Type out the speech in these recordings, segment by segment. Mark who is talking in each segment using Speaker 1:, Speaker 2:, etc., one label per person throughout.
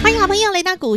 Speaker 1: 欢迎好啊朋友来到股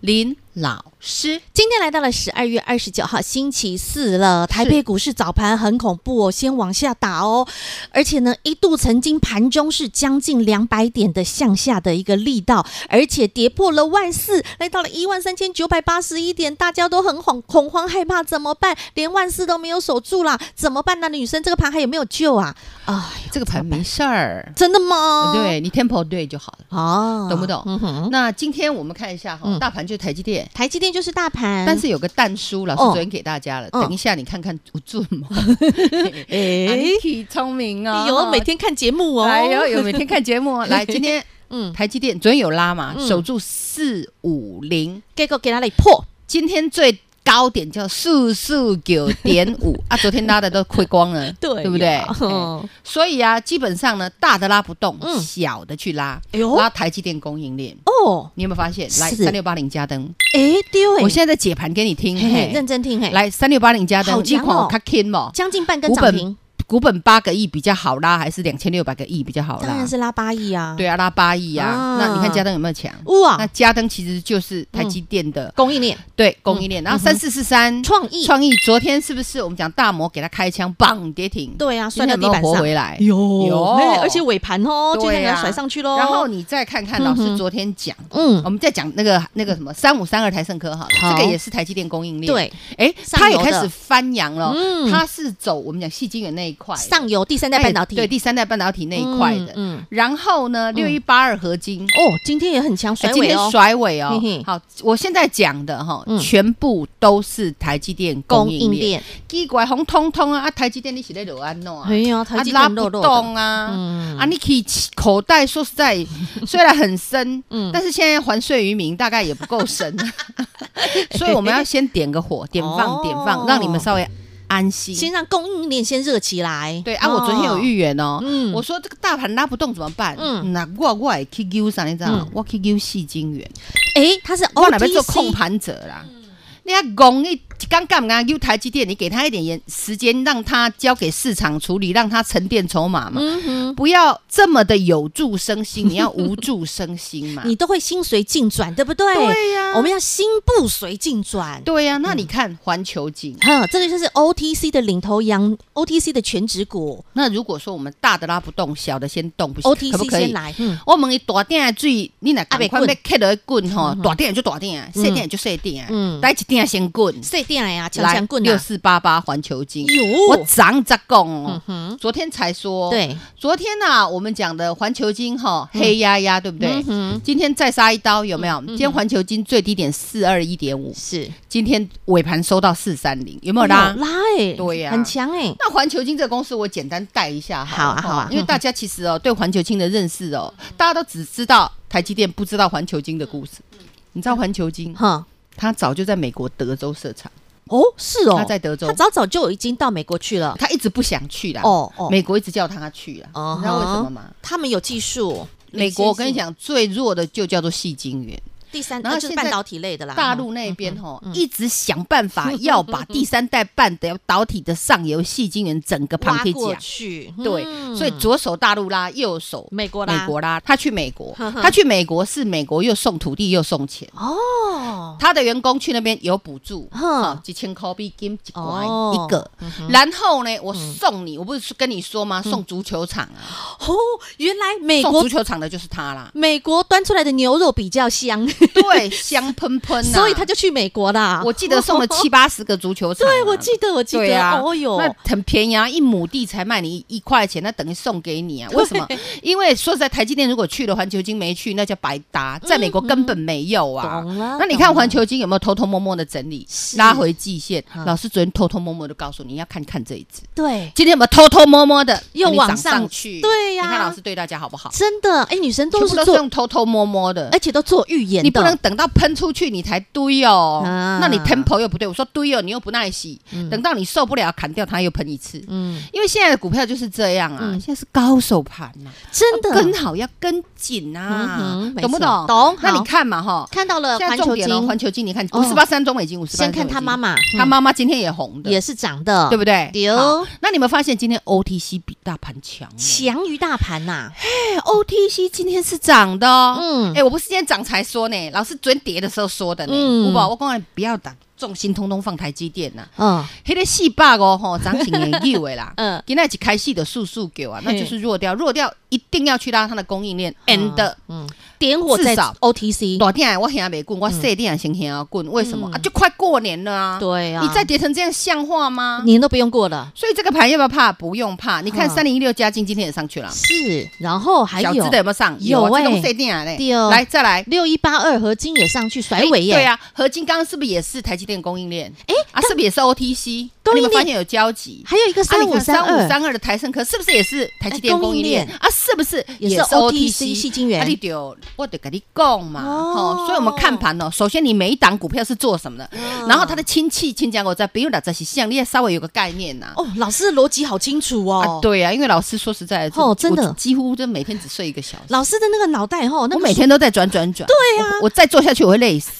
Speaker 2: 林老师，
Speaker 1: 今天来到了十二月二十九号星期四了，台北股市早盘很恐怖哦，先往下打哦，而且呢，一度曾经盘中是将近两百点的向下的一个力道，而且跌破了万四，来到了一万三千九百八十一点，大家都很恐恐慌害怕，怎么办？连万四都没有守住啦，怎么办呢？女生这个盘还有没有救啊？啊，
Speaker 2: 这个盘没事儿，
Speaker 1: 真的吗？
Speaker 2: 哎对你 tempo 对就好了。
Speaker 1: 哦，
Speaker 2: 懂不懂
Speaker 1: 嗯哼，
Speaker 2: 那今天我们看一下哈，
Speaker 1: 嗯
Speaker 2: 大盘就是台积电。
Speaker 1: 台积电就是大盘，
Speaker 2: 但是有个蛋书，老师
Speaker 1: 哦
Speaker 2: 昨天给大家了，
Speaker 1: 嗯
Speaker 2: 等一下你看看我准吗？
Speaker 1: 哎
Speaker 2: 哎，你聪明哦，
Speaker 1: 有每天看节目哦，
Speaker 2: 哎呦，有每天看节目哦。 来，今天
Speaker 1: 嗯，
Speaker 2: 台积电昨天有拉嘛，
Speaker 1: 嗯
Speaker 2: 守住四五零，
Speaker 1: 结果给它给破，
Speaker 2: 今天最高点叫四四九点 五啊，昨天拉的都亏光了，
Speaker 1: 对
Speaker 2: 对不对？
Speaker 1: 呀
Speaker 2: 哎
Speaker 1: 嗯
Speaker 2: 所以啊，基本上呢，大的拉不动，
Speaker 1: 嗯
Speaker 2: 小的去拉，
Speaker 1: 哎呦
Speaker 2: 拉台积电供应链。
Speaker 1: 哦，
Speaker 2: 你有没有发现？来
Speaker 1: 是
Speaker 2: 三六八零加登，
Speaker 1: 哎，丢哎，
Speaker 2: 我现在在解盘给你听。
Speaker 1: 嘿嘿
Speaker 2: 嘿
Speaker 1: 认真听嘿，
Speaker 2: 来三六八零加
Speaker 1: 好
Speaker 2: 登，
Speaker 1: 强哦
Speaker 2: 它 k 哦，
Speaker 1: 将近半根
Speaker 2: 股
Speaker 1: 涨
Speaker 2: 本
Speaker 1: 停，
Speaker 2: 股本八个亿比较好拉，还是两千六百个亿比较好
Speaker 1: 当
Speaker 2: 拉
Speaker 1: 然？是拉八亿啊，
Speaker 2: 对啊，拉八亿啊
Speaker 1: 啊。
Speaker 2: 那你看加登有没有强？那
Speaker 1: 哇，嗯
Speaker 2: 加登其实就是台积电的
Speaker 1: 供应链
Speaker 2: 对供应
Speaker 1: 嗯
Speaker 2: 链，然后三四四三
Speaker 1: 创意，
Speaker 2: 嗯创意昨天是不是我们讲大摩给他开枪，棒跌停，
Speaker 1: 对啊，
Speaker 2: 今
Speaker 1: 摔
Speaker 2: 天
Speaker 1: 到
Speaker 2: 有没
Speaker 1: 地
Speaker 2: 有
Speaker 1: 板
Speaker 2: 活
Speaker 1: 上，
Speaker 2: 回来。
Speaker 1: 有
Speaker 2: 有
Speaker 1: 哎而且尾盘哦，就
Speaker 2: 对啊
Speaker 1: 让它甩上去喽，
Speaker 2: 然后你哦再看看老
Speaker 1: 嗯哼
Speaker 2: 师昨天讲，
Speaker 1: 嗯，
Speaker 2: 我们再讲那个那个什么三五三二台盛科哈，
Speaker 1: 好
Speaker 2: 这个也是台积电供应链。，
Speaker 1: 对，
Speaker 2: 哎，
Speaker 1: 上
Speaker 2: 它也
Speaker 1: 游
Speaker 2: 开
Speaker 1: 的
Speaker 2: 始翻扬了
Speaker 1: 嗯，
Speaker 2: 它是走我们讲细晶圆那一块的，
Speaker 1: 上游第三代
Speaker 2: 它也
Speaker 1: 半导体
Speaker 2: 哎对第三代半导体那一块
Speaker 1: 嗯
Speaker 2: 的。
Speaker 1: 嗯，
Speaker 2: 然后呢，六一八二合金。
Speaker 1: 哦，今天也很强，
Speaker 2: 哎
Speaker 1: 甩
Speaker 2: 今
Speaker 1: 尾
Speaker 2: 天
Speaker 1: 哦，
Speaker 2: 甩尾哦
Speaker 1: 嘿嘿，
Speaker 2: 好，我现在讲的哈
Speaker 1: 嗯，
Speaker 2: 全部都是台积电供
Speaker 1: 供
Speaker 2: 应
Speaker 1: 应
Speaker 2: 链。
Speaker 1: 链，
Speaker 2: 奇怪，红通通啊！啊，台积电你是在罗安弄啊
Speaker 1: 哎，呀，台
Speaker 2: 啊
Speaker 1: 积
Speaker 2: 拉
Speaker 1: 电肉
Speaker 2: 不
Speaker 1: 肉的，
Speaker 2: 动啊，
Speaker 1: 嗯
Speaker 2: 啊，你可以口袋说实在，虽然很深，
Speaker 1: 嗯
Speaker 2: 但是现在还税于民大概也不够 深，所以我们要先点个火，点
Speaker 1: 哦
Speaker 2: 放点放，让你们稍微安
Speaker 1: 先
Speaker 2: 心。
Speaker 1: 让供应链先热起来。
Speaker 2: 对啊，我昨天有预言哦，
Speaker 1: 嗯
Speaker 2: 我说这个大盘拉不动怎么办？
Speaker 1: 嗯
Speaker 2: 那我我也去 U 啥，你知道吗
Speaker 1: 嗯？
Speaker 2: 我去 U 细晶圆，
Speaker 1: 哎，它是 O
Speaker 2: 我
Speaker 1: T
Speaker 2: 哪
Speaker 1: C
Speaker 2: 边做控盘者啦？你要拱你刚干嘛？U 台积电，你给他一点延时间，让他交给市场处理，让他沉淀筹码嘛。
Speaker 1: 嗯哼，
Speaker 2: 不要这么的有助生心，你要无助生心嘛。
Speaker 1: 你都会心随境转，对不对？
Speaker 2: 对呀、
Speaker 1: 我们要心不随境转。
Speaker 2: 对呀、那你看环球金，
Speaker 1: 哼，这个就是 OTC 的领头羊，OTC 的全指股
Speaker 2: 那如果说我们大的拉不动，小的先动，不行可不
Speaker 1: ，OTC
Speaker 2: 可
Speaker 1: 先
Speaker 2: 以？
Speaker 1: 来。嗯，
Speaker 2: 我问你大鼎的水，你若赶
Speaker 1: 还
Speaker 2: 快要
Speaker 1: 袂
Speaker 2: 吸落去滚吼，大鼎的就大鼎，细鼎的就细鼎
Speaker 1: 嗯，
Speaker 2: 来一鼎先滚。
Speaker 1: 碎电呀，强
Speaker 2: 来
Speaker 1: 强棍
Speaker 2: 六
Speaker 1: 啊，
Speaker 2: 四八八环球金，我
Speaker 1: 有，
Speaker 2: 涨十讲哦
Speaker 1: 嗯，哼，
Speaker 2: 昨天才说，，
Speaker 1: 对，
Speaker 2: 昨天呐、我们讲的环球金哈，黑压压，对不对
Speaker 1: 嗯？哼，嗯
Speaker 2: 今天再杀一刀，有没有？今天环球金最低点四二一点五，
Speaker 1: 是
Speaker 2: 今天尾盘收到四三零，有没有拉
Speaker 1: 哦？拉哎，
Speaker 2: 对呀
Speaker 1: 很强哎，
Speaker 2: 那环球金这个公司，我简单带一下
Speaker 1: 好啊
Speaker 2: 了
Speaker 1: 好啊
Speaker 2: 因为
Speaker 1: 嗯
Speaker 2: 大家其实哦，对环球金的认识哦，大家都只知道台积电，不知道环球金的故事。你知道环球金，
Speaker 1: 哈，
Speaker 2: 它早就在美国德州设厂，
Speaker 1: 哦，是哦
Speaker 2: 它，在德
Speaker 1: 他
Speaker 2: 州，
Speaker 1: 早早就已经到美国去了，
Speaker 2: 它一直不想去啦。
Speaker 1: 哦哦，
Speaker 2: 美国一直叫他去啦。
Speaker 1: 哦
Speaker 2: 你知道为什么吗？
Speaker 1: 他们有技术，
Speaker 2: 美国我跟你
Speaker 1: 先进，
Speaker 2: 讲，最弱的就叫做细晶圆。
Speaker 1: 第三
Speaker 2: 然后
Speaker 1: 呃就是
Speaker 2: 现在
Speaker 1: 半导体类的啦，
Speaker 2: 大
Speaker 1: 哈
Speaker 2: 陆那边吼，
Speaker 1: 嗯
Speaker 2: 一直想办 法要把第三代半导导体的上游细晶圆整个旁
Speaker 1: 挖
Speaker 2: 给
Speaker 1: 过
Speaker 2: 讲。
Speaker 1: 去，
Speaker 2: 对，
Speaker 1: 嗯
Speaker 2: 所以左手大陆拉，右手
Speaker 1: 美国啦，
Speaker 2: 美国拉。他去美国
Speaker 1: 呵，呵
Speaker 2: 他去美国是美国又送土地又送钱，
Speaker 1: 哦，
Speaker 2: 他的员工去那边有补助，
Speaker 1: 哼
Speaker 2: 啊，几千块美金一块
Speaker 1: 哦嗯
Speaker 2: 一个。然后呢，我送你，我不是跟你说吗？送足球场啊，
Speaker 1: 哦，原来嗯美
Speaker 2: 送
Speaker 1: 国。
Speaker 2: 足球场的就是他啦
Speaker 1: 美国端出来的牛肉比较香，
Speaker 2: 对，香喷喷啊呐。
Speaker 1: 所以他就去美国啦。
Speaker 2: 我记 得送了七八十个足球场啊。
Speaker 1: 啊对，我记得，我记
Speaker 2: 对
Speaker 1: 得，
Speaker 2: 啊
Speaker 1: 哦哟，
Speaker 2: 那很便宜啊，一亩地才卖你一块钱，那等于送给你啊？为什么？因为说实在，台积电如果去了环球金没去，那叫白搭，在美国根本没有啊。
Speaker 1: 嗯懂了
Speaker 2: 那你看
Speaker 1: 懂
Speaker 2: 环球金有没有偷偷摸摸的整理拉回季线？
Speaker 1: 嗯
Speaker 2: 老师昨天偷偷摸摸的告诉你要看看这一只，
Speaker 1: 对，
Speaker 2: 今天有没有偷偷摸摸的
Speaker 1: 又
Speaker 2: 给你
Speaker 1: 往
Speaker 2: 涨
Speaker 1: 上
Speaker 2: 上去？
Speaker 1: 对呀
Speaker 2: 你看老师对大家好不好？
Speaker 1: 真的，哎，女神
Speaker 2: 全
Speaker 1: 都
Speaker 2: 部
Speaker 1: 是
Speaker 2: 都是
Speaker 1: 做，
Speaker 2: 用偷偷摸摸的
Speaker 1: 而，且都做预言的，
Speaker 2: 你不能等到喷出去你才堆哦，
Speaker 1: 啊
Speaker 2: 那你 tempo 又不对。我说堆哦，你又不耐洗，等到你受不了砍掉它又喷一次。
Speaker 1: 嗯，
Speaker 2: 因为现在的股票就是这样啊，
Speaker 1: 嗯
Speaker 2: 现在是高手盘呐、
Speaker 1: 啊真的
Speaker 2: 跟好要跟紧啊
Speaker 1: 嗯哼，没
Speaker 2: 懂不
Speaker 1: 错
Speaker 2: 懂？
Speaker 1: 懂
Speaker 2: 那你
Speaker 1: 好
Speaker 2: 看嘛哈，
Speaker 1: 看到了
Speaker 2: 现
Speaker 1: 环
Speaker 2: 在重
Speaker 1: 球
Speaker 2: 点
Speaker 1: 金，
Speaker 2: 哦，环球金，你看
Speaker 1: 哦
Speaker 2: 五十八三中美金，五十八
Speaker 1: 先看他妈，妈，嗯
Speaker 2: 他妈妈今天也红的，
Speaker 1: 也是涨的，
Speaker 2: 对不对？
Speaker 1: 对哦
Speaker 2: 好那你们发现今天 OTC 比大盘强哦？
Speaker 1: 强于大盘呐，
Speaker 2: 哎，OTC 今天是涨的哦。
Speaker 1: 嗯
Speaker 2: 哎，我不是今天涨才说呢，老师昨天跌的时候说的呢。
Speaker 1: 嗯
Speaker 2: 嗯，不，我讲你不要打重心，通通放台积电呐。
Speaker 1: 嗯。
Speaker 2: 迄个四百五吼，涨起年以为啦
Speaker 1: 嗯
Speaker 2: 今天一开始的速速给啊，那
Speaker 1: 嘿
Speaker 2: 就是弱掉，弱掉一定要去拉它的供应链，and
Speaker 1: 嗯，点火在
Speaker 2: 至少
Speaker 1: OTC，
Speaker 2: 大点的我兄没滚，我细点的先兄滚，为什么
Speaker 1: 嗯
Speaker 2: 啊？就快过年了啊！
Speaker 1: 对啊，
Speaker 2: 你再跌成这样像话吗？
Speaker 1: 年都不用过了，
Speaker 2: 所以这个盘要不要怕？不用怕，你看
Speaker 1: 嗯
Speaker 2: 三零一六加金今天也上去了，
Speaker 1: 是，然后还
Speaker 2: 小
Speaker 1: 有
Speaker 2: 资的有没有上？
Speaker 1: 有
Speaker 2: 啊，
Speaker 1: 欸
Speaker 2: 这种细点的
Speaker 1: 对哦
Speaker 2: 嘞。来，再来，
Speaker 1: 六一八二合金也上去甩尾耶，
Speaker 2: 对啊，合金刚刚是不是也是台积电供应链？
Speaker 1: 哎
Speaker 2: 啊，是不是也是 OTC？
Speaker 1: 供
Speaker 2: 你
Speaker 1: 应链
Speaker 2: 们发现有交集？
Speaker 1: 还有一个
Speaker 2: 啊
Speaker 1: 三
Speaker 2: 你
Speaker 1: 五
Speaker 2: 看
Speaker 1: 三
Speaker 2: 三五
Speaker 1: 二，
Speaker 2: 三二的台盛科是不是也是台积电
Speaker 1: 哎供应
Speaker 2: 供应链
Speaker 1: 链
Speaker 2: 啊？是不是
Speaker 1: 也是 OTC 细晶圆
Speaker 2: 啊，你就我得跟你讲嘛，
Speaker 1: 哦
Speaker 2: 哦，所以我们看盘哦，首先你每一档股票是做什么的，
Speaker 1: 啊
Speaker 2: 然后它的亲戚亲家我在，比如哪这些像，你也稍微有个概念呐。
Speaker 1: 哦，老师的逻辑好清楚
Speaker 2: 啊，
Speaker 1: 哦，
Speaker 2: 对啊，因为老师说实在的，这
Speaker 1: 哦真的
Speaker 2: 我几乎就每天只睡一个小时，
Speaker 1: 老师的那个脑袋吼，那
Speaker 2: 我
Speaker 1: 个
Speaker 2: 每天都在转转转。对啊，我再做下去我会累死。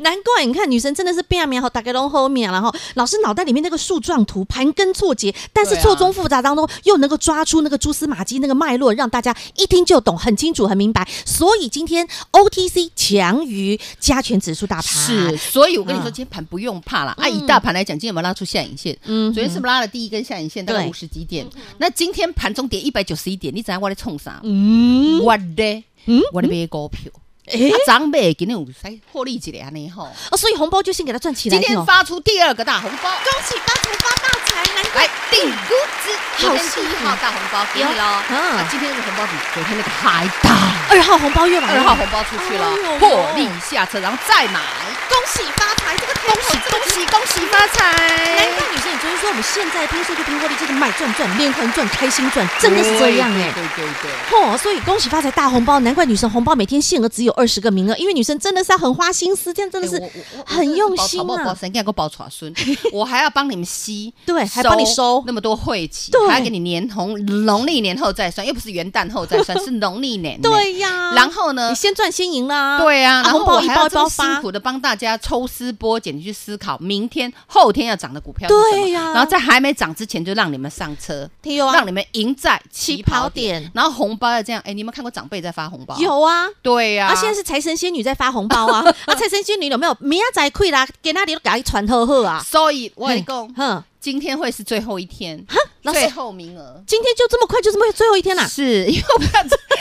Speaker 1: 难怪你看女神真的是变面后打开龙后面，然后老师脑袋里面那个树状图盘根错节，但是
Speaker 2: 对啊
Speaker 1: 错综复杂当中又能够抓出那个蛛丝马迹、那个脉络，让大家一听就懂，很清楚、很明白。所以今天 OTC 强于加权指数大盘，
Speaker 2: 是，所以我跟你说，
Speaker 1: 嗯
Speaker 2: 今天盘不用怕啦。啊，以大盘来讲，今天有没有拉出下影线？
Speaker 1: 嗯
Speaker 2: 嗯，
Speaker 1: 哼
Speaker 2: 昨天是不是拉了第一根下影线，大概
Speaker 1: 对
Speaker 2: 五十几点？那今天盘中跌一百九十一点，你知道我在冲啥？
Speaker 1: 嗯，
Speaker 2: 我的
Speaker 1: 嗯，
Speaker 2: 我在买股票，
Speaker 1: 诶
Speaker 2: 啊，长辈今天有才获利几安呢吼。
Speaker 1: 哦，所以红包就先给它赚起来。
Speaker 2: 今天
Speaker 1: 哦
Speaker 2: 发出第二个大红包，
Speaker 1: 恭喜发财发大财，难怪
Speaker 2: 来顶估值，
Speaker 1: 好
Speaker 2: 昨天
Speaker 1: 幸
Speaker 2: 第
Speaker 1: 运
Speaker 2: 一号大红包给你喽。
Speaker 1: 嗯
Speaker 2: 啊，今天这个红包比昨天那个还大，
Speaker 1: 二号红包越往
Speaker 2: 二号红包出去了
Speaker 1: 哎呦，
Speaker 2: 获利下车，然后再买，
Speaker 1: 恭喜发财，这个
Speaker 2: 恭喜恭喜恭喜发财！
Speaker 1: 难怪女生也昨天说，我们现在听说就听获利，这个买赚赚，连环赚，开心赚，真的是这样哎、
Speaker 2: 对对对对
Speaker 1: 哦，所以恭喜发财大红包，难怪女生红包每天限额只有二十个名额，因为女生真的是要很花心思，这样真的
Speaker 2: 对
Speaker 1: 是
Speaker 2: 哎我我我
Speaker 1: 很用心
Speaker 2: 我真的是保保
Speaker 1: 啊
Speaker 2: 保。神，给我保传孙，我还要帮你们吸，
Speaker 1: 对还帮你收
Speaker 2: 那么多晦气
Speaker 1: 对，
Speaker 2: 还要给你年红农历年后再算，又不是元旦后再算，是农历年。，
Speaker 1: 对呀，
Speaker 2: 然后呢
Speaker 1: 你？先赚先赢啦。
Speaker 2: 对啊，然后
Speaker 1: 红包
Speaker 2: 我
Speaker 1: 一
Speaker 2: 还
Speaker 1: 包
Speaker 2: 要
Speaker 1: 一
Speaker 2: 这
Speaker 1: 包
Speaker 2: 么辛
Speaker 1: 发，
Speaker 2: 苦的帮大家抽丝剥茧，你去思考明天、后天要涨的股票是什么
Speaker 1: 对呀
Speaker 2: 然后在还没涨之前就让你们上车，
Speaker 1: 听有啊
Speaker 2: 让，你们赢在
Speaker 1: 起
Speaker 2: 起
Speaker 1: 跑
Speaker 2: 跑点
Speaker 1: 点。
Speaker 2: 然后红包要这样，哎，你有没有看过长辈在发红包？，
Speaker 1: 有啊。
Speaker 2: 对呀。
Speaker 1: 啊，现在是财神仙女在发红 包啊！啊，财神仙女有没有明仔载开啦？给那里都给她传呵呵啊！
Speaker 2: 所以我跟你讲，
Speaker 1: 哼，
Speaker 2: 今天会是最后一天，
Speaker 1: 老师
Speaker 2: 最后名额。
Speaker 1: 今天就这么快，就这么最后一天啦！
Speaker 2: 是 因为我不要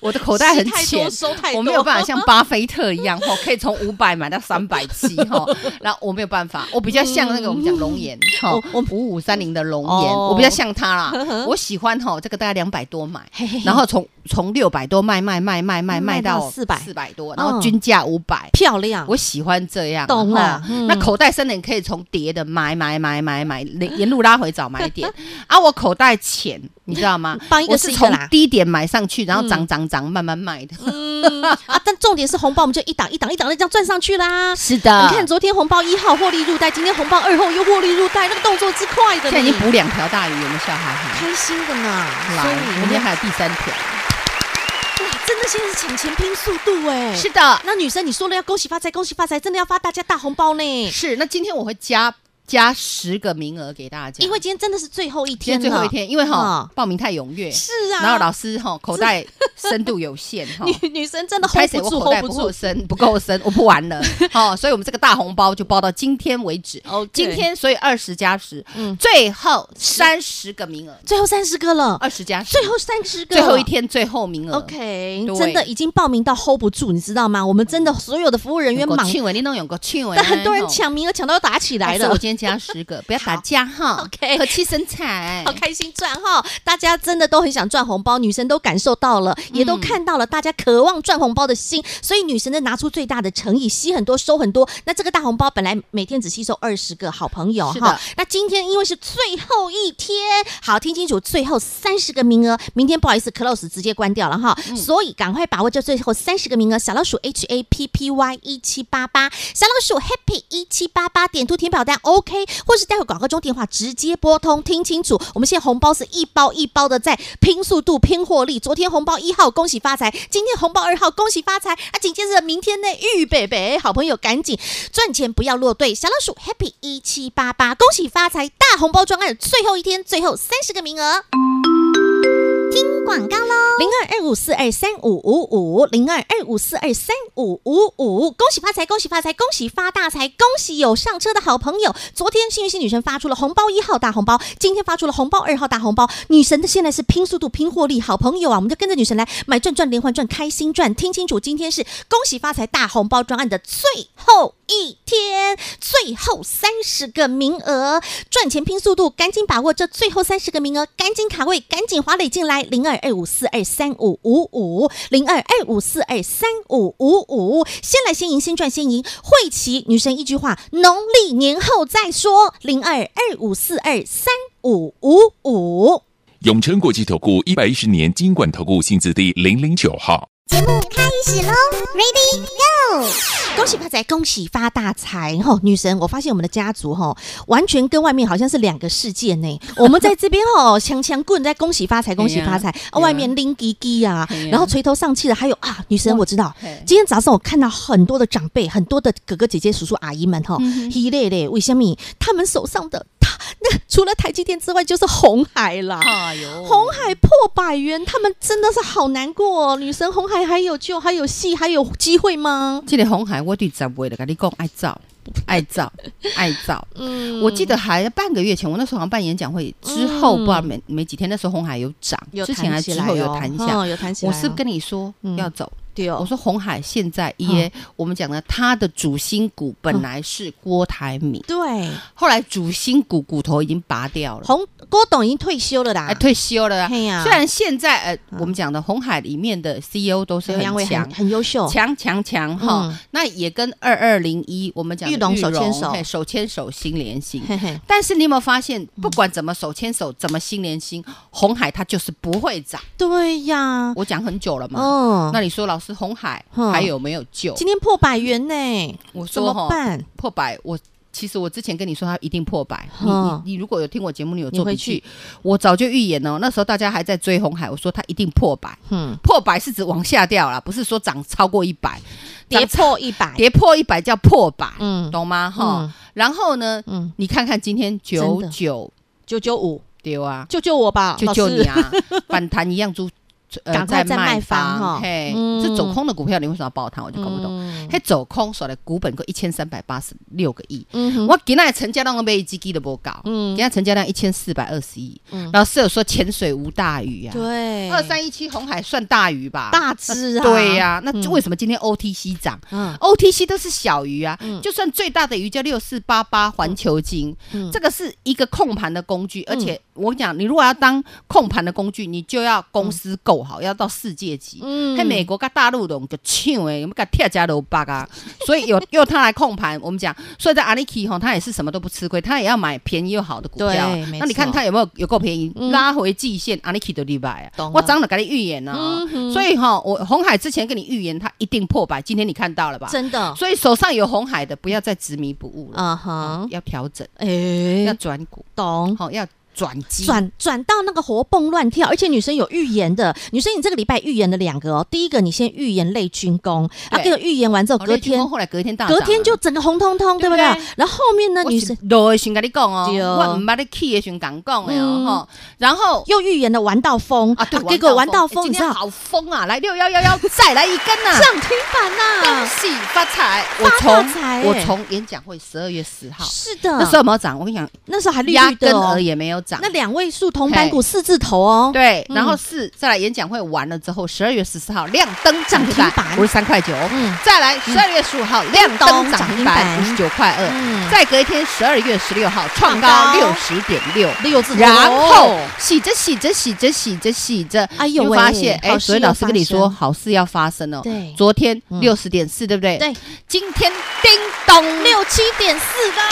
Speaker 2: 我的口袋很
Speaker 1: 吃太
Speaker 2: 浅
Speaker 1: 多，收太多，
Speaker 2: 我没有办法像巴菲特 一样哈，可以从五百买到三百七哈，然后我没有办法，我比较像那个我们讲龙岩哈
Speaker 1: 嗯我我，
Speaker 2: 五五三零的龙岩，
Speaker 1: 哦
Speaker 2: 我比较像他啦，我喜欢哈这个大概两百多买
Speaker 1: 嘿嘿嘿，
Speaker 2: 然后从从六百多卖卖卖卖卖
Speaker 1: 卖
Speaker 2: 卖
Speaker 1: 到
Speaker 2: 到
Speaker 1: 400
Speaker 2: 四百多，然
Speaker 1: 嗯
Speaker 2: 后均价五百。
Speaker 1: 漂亮，
Speaker 2: 我喜欢这样，
Speaker 1: 啊懂啦
Speaker 2: 哦
Speaker 1: 嗯？
Speaker 2: 那口袋深的，你可以从叠的买买买买买，连沿路拉回找买点 啊。我口袋浅，你知道吗
Speaker 1: 帮一个
Speaker 2: 我
Speaker 1: 是
Speaker 2: 是
Speaker 1: 一个
Speaker 2: 从
Speaker 1: 啦
Speaker 2: 低点买上去，然后涨涨涨，慢慢卖的。
Speaker 1: 嗯啊，但重点是红包，我们就一档一档一档的这样赚上去啦。
Speaker 2: 是的
Speaker 1: 你看昨天红包一号获利入袋，今天红包二号又获利入袋，那个动作之快的呢，
Speaker 2: 现在已经捕两条大鱼，有没有笑 哈哈？
Speaker 1: 开心的呢。所以
Speaker 2: 来，
Speaker 1: 我
Speaker 2: 明
Speaker 1: 们
Speaker 2: 天还有第三条。
Speaker 1: 哇，真的现在是抢钱拼速度哎。
Speaker 2: 是，的，
Speaker 1: 那女生你说了要恭喜发财，恭喜发财，真的要发大家大红包呢，
Speaker 2: 是。那今天我会加加十个名额给大家，
Speaker 1: 因为今天真的是最后一
Speaker 2: 今
Speaker 1: 天
Speaker 2: 天
Speaker 1: 了，
Speaker 2: 最后一天，因为
Speaker 1: 嗯
Speaker 2: 哈报名太踊跃，
Speaker 1: 是啊。
Speaker 2: 然后老师哈口袋 深度有限哈。
Speaker 1: 女女生真的
Speaker 2: 拍
Speaker 1: hold
Speaker 2: 谁？
Speaker 1: 不
Speaker 2: 我
Speaker 1: 住
Speaker 2: 口袋
Speaker 1: ，hold 不
Speaker 2: 不够
Speaker 1: 住。
Speaker 2: 深，不够深，我不 玩了。好、所以我们这个大红包就包到今天为止。
Speaker 1: OK
Speaker 2: 今天所以二十加十，
Speaker 1: 嗯
Speaker 2: 最后三十个名额，
Speaker 1: 最后三十个了，
Speaker 2: 二十加十，
Speaker 1: 最后三十个，
Speaker 2: 最后一。天最后名额。
Speaker 1: OK，
Speaker 2: 对
Speaker 1: 真的已经报名到 hold 不住，你知道吗？我们真的所有的服务人员
Speaker 2: 有个
Speaker 1: 忙
Speaker 2: 庆伟，你弄有个庆伟，
Speaker 1: 但很多人抢名额抢到要打起来
Speaker 2: 哦但是
Speaker 1: 了
Speaker 2: 我。今天加十个，不要打架哈。
Speaker 1: OK
Speaker 2: 和气生财
Speaker 1: 好。开心赚哈！大家真的都很想赚红包，女神都感受到了，也都看到了大家渴望赚红包的心，所以女神呢拿出最大的诚意，吸很多，收很多。那这个大红包本来每天只吸收二十个好朋友
Speaker 2: 是
Speaker 1: 哈
Speaker 2: 的，
Speaker 1: 那今天因为是最后一天，好听清楚，最后三十个名额，明天不好意思 close 直接关掉了哈，
Speaker 2: 嗯
Speaker 1: 所以赶快把握这最后三十个名额，小老鼠 H A P P Y 一七八八，小老鼠 Happy 一七八八点兔填表单 OK，或是待会广告中电话直接拨通，听清楚，我们现在红包是一包一包的在拼速度、拼获利。昨天红包一号，恭喜发财；今天红包二号，恭喜发财。啊，紧接着明天呢，玉北北好朋友赶紧赚钱，不要落队。小老鼠 Happy 一七八八，恭喜发财！大红包专案最后一天，最后三十个名额。听广告喽，零二二五四二三五五五，零二二五四二三五五五，恭喜发财，恭喜发财，恭喜发大财，恭喜有上车的好朋友。昨天幸运星女神发出了红包一号大红包，今天发出了红包二号大红包。女神的现在是拼速度、拼获利，好朋友啊，我们就跟着女神来买赚赚连环赚，开心赚。听清楚，今天是恭喜发财大红包专案的最后一天，最后三十个名额，赚钱拼速度，赶紧把握这最后三十个名额，赶紧卡位，赶紧划垒进来，零二二五四二三五五五，零二二五四二三五五五，先来先赢，先赚先赢。慧琪女神一句话，农历年后再说，零二二五四二三五五五。
Speaker 3: 永诚国际投顾一百一十年金管投顾性质第零零九号。
Speaker 1: 恭喜发财，恭喜发大财！吼、女神，我发现我们的家族吼、完全跟外面好像是两个世界呢。我们在这边吼、 强强棍在恭喜发财，恭喜发财，
Speaker 2: 对呀
Speaker 1: 啊，外面拎滴滴啊
Speaker 2: 对呀，
Speaker 1: 然后垂头丧气的，还有啊，女神，我知道
Speaker 2: 嘿，
Speaker 1: 今天早上我看到很多的长辈，很多的哥哥姐姐、叔叔阿姨们吼、一类嘞，为什么他们手上的他那除了台积电之外就是红海啦？
Speaker 2: 哎呦
Speaker 1: 红海破百元，他们真的是好难过、哦。女神，红海还有救，还有戏，还有机会吗？
Speaker 2: 这个红海，我对十位的跟你讲，爱 造，爱造，爱造。
Speaker 1: 嗯
Speaker 2: 我记得还半个月前，我那时候好像办演讲会之后，不知道没没几天，那时候红海有涨，
Speaker 1: 有
Speaker 2: 之前还
Speaker 1: 弹起
Speaker 2: 之
Speaker 1: 来
Speaker 2: 后有
Speaker 1: 哦
Speaker 2: 谈一下。
Speaker 1: 哦有弹起来
Speaker 2: 我
Speaker 1: 哦。
Speaker 2: 是跟你说
Speaker 1: 嗯
Speaker 2: 要走，
Speaker 1: 对
Speaker 2: 我
Speaker 1: 哦，
Speaker 2: 说红海现在耶，我们讲的它的主心骨本来是郭台铭，
Speaker 1: 对，
Speaker 2: 后来主心骨骨头已经拔掉了，
Speaker 1: 洪郭董已经退休了啦，
Speaker 2: 哎，退休了啦。
Speaker 1: 嘿呀嗯
Speaker 2: 虽然现在呃，我们讲的红海里面的 CEO 都是
Speaker 1: 刘阳伟
Speaker 2: 很强
Speaker 1: 很。很优秀，
Speaker 2: 强强强哈，
Speaker 1: 哦嗯
Speaker 2: 那也跟二二零一我们讲的
Speaker 1: 玉龙手牵手
Speaker 2: 嘿手牵手心连心。
Speaker 1: 嘿嗯嘿，
Speaker 2: 但是你有没有发现，不管怎么手牵手，怎么心连心，红海它就是不会涨。
Speaker 1: 对呀，
Speaker 2: 我讲很久了嘛，
Speaker 1: 嗯，
Speaker 2: 那你说老师红海
Speaker 1: 嗯
Speaker 2: 还有没有救？
Speaker 1: 今天破百元呢，
Speaker 2: 我
Speaker 1: 怎
Speaker 2: 说
Speaker 1: 么
Speaker 2: 哈，
Speaker 1: 办？
Speaker 2: 破百我。其实我之前跟你说，它一定破百。你
Speaker 1: 嗯
Speaker 2: 你你如果有听我节目，你有
Speaker 1: 你
Speaker 2: 做
Speaker 1: 回
Speaker 2: 笔记，我早就预言哦。那时候大家还在追红海，我说它一定破百。
Speaker 1: 嗯，
Speaker 2: 破百是指往下掉啦，不是说涨超过一百，
Speaker 1: 跌
Speaker 2: 涨
Speaker 1: 破一百，
Speaker 2: 跌破一百叫破百，
Speaker 1: 嗯
Speaker 2: 懂吗？哈、
Speaker 1: 嗯
Speaker 2: 然后呢，
Speaker 1: 嗯
Speaker 2: 你看看今天九
Speaker 1: 的
Speaker 2: 九
Speaker 1: 九九五，
Speaker 2: 丢啊，
Speaker 1: 救救我吧，
Speaker 2: 救
Speaker 1: 老
Speaker 2: 救
Speaker 1: 师
Speaker 2: 你！啊，反弹一样呃猪，
Speaker 1: 赶快再卖房哈
Speaker 2: 嘿，
Speaker 1: 嗯
Speaker 2: 这走空的股票你为什么要爆它？我就搞不懂。
Speaker 1: 嗯
Speaker 2: 嘿，走空所的股本够一千三百八十六个亿，
Speaker 1: 嗯哼，
Speaker 2: 我今天的成交量都被基基的波搞，
Speaker 1: 嗯
Speaker 2: 今天成交量一千四百二十亿
Speaker 1: 嗯，
Speaker 2: 老师有说潜水无大鱼啊，
Speaker 1: 对，
Speaker 2: 二三一七红海算大鱼吧，
Speaker 1: 大只啊，
Speaker 2: 对呀、那
Speaker 1: 嗯
Speaker 2: 为什么今天 OTC 涨？
Speaker 1: 嗯
Speaker 2: OTC 都是小鱼啊，
Speaker 1: 嗯
Speaker 2: 就算最大的鱼叫六四八八环球金，
Speaker 1: 嗯
Speaker 2: 这个是一个控盘的工具，而且我跟你讲，你如果要当控盘的工具，你就要公司够好，要到世界级。
Speaker 1: 嗯
Speaker 2: 在美国跟大陆拢个抢哎，我们个跳加楼巴 啊，所以有用它来控盘。我们讲，所以在 Aniki 吼，他也是什么都不吃亏，他也要买便宜又好的股票啊
Speaker 1: 对没。
Speaker 2: 那你看
Speaker 1: 错
Speaker 2: 他有没有有够便宜？
Speaker 1: 嗯
Speaker 2: 拉回季线，Aniki 都例外
Speaker 1: 懂
Speaker 2: 啊
Speaker 1: 了。
Speaker 2: 我长了给你预言啊
Speaker 1: 嗯，哼
Speaker 2: 所以哈，我红海之前跟你预言它一定破百，今天你看到了吧？
Speaker 1: 真的，
Speaker 2: 所以手上有红海的，不要再执迷不悟了，
Speaker 1: 嗯哼，
Speaker 2: 要调整，要
Speaker 1: 哎，
Speaker 2: 转股，
Speaker 1: 懂。
Speaker 2: 好，要转机。
Speaker 1: 转转到那个活蹦乱跳，而且女生有预言的，女生你这个礼拜预言了两个哦，第一个你先预言类军工，啊，
Speaker 2: 对
Speaker 1: 这个预言完之后
Speaker 2: 哦
Speaker 1: 隔
Speaker 2: 那军
Speaker 1: 天
Speaker 2: 工后来隔天大涨啊，
Speaker 1: 隔天就整个红彤彤，对不对
Speaker 2: 对不对？
Speaker 1: 然后后面呢，
Speaker 2: 我
Speaker 1: 女
Speaker 2: 是
Speaker 1: 生
Speaker 2: 落的时候跟你讲哦，
Speaker 1: 对
Speaker 2: 我唔捌你去的时候敢讲的
Speaker 1: 嗯
Speaker 2: 哦吼。然后
Speaker 1: 又预言了玩到疯
Speaker 2: 啊，对，
Speaker 1: 结果玩到
Speaker 2: 哎
Speaker 1: 疯，你
Speaker 2: 今
Speaker 1: 知
Speaker 2: 天
Speaker 1: 道
Speaker 2: 好疯啊！来六幺幺幺，再来一根 呐！
Speaker 1: 涨停板
Speaker 2: 恭
Speaker 1: 呐，
Speaker 2: 喜发财！我
Speaker 1: 发大财
Speaker 2: 从我
Speaker 1: 哎
Speaker 2: 从演讲会十二月十号
Speaker 1: 是的，啊
Speaker 2: 那时候有没有涨？我跟你讲，
Speaker 1: 那时候还绿
Speaker 2: 压
Speaker 1: 绿的
Speaker 2: 根
Speaker 1: 哦
Speaker 2: 儿，也没有涨
Speaker 1: 那。两位数铜板股四字头哦，
Speaker 2: 对，
Speaker 1: 嗯
Speaker 2: 然后四、再来演讲会完了之后，十二月十四号亮灯涨
Speaker 1: 涨
Speaker 2: 停
Speaker 1: 停
Speaker 2: 板
Speaker 1: 板
Speaker 2: 五十三块九，
Speaker 1: 嗯
Speaker 2: 再来十二月十五号亮灯涨停板五
Speaker 1: 亮
Speaker 2: 十九块二，
Speaker 1: 嗯
Speaker 2: 再隔一天十二月十六号创高
Speaker 1: 创
Speaker 2: 六
Speaker 1: 高
Speaker 2: 十点六。
Speaker 1: 六字头哦，
Speaker 2: 然后洗着洗着洗着洗着洗着，
Speaker 1: 哎呦
Speaker 2: 你会
Speaker 1: 喂
Speaker 2: 发现哎，
Speaker 1: 好事
Speaker 2: 所以
Speaker 1: 要
Speaker 2: 老师跟你
Speaker 1: 发
Speaker 2: 说
Speaker 1: 生
Speaker 2: 好事要发生哦。
Speaker 1: 对
Speaker 2: 昨天
Speaker 1: 嗯
Speaker 2: 六十点四，对不对？
Speaker 1: 对，
Speaker 2: 今天叮咚
Speaker 1: 六七点四了，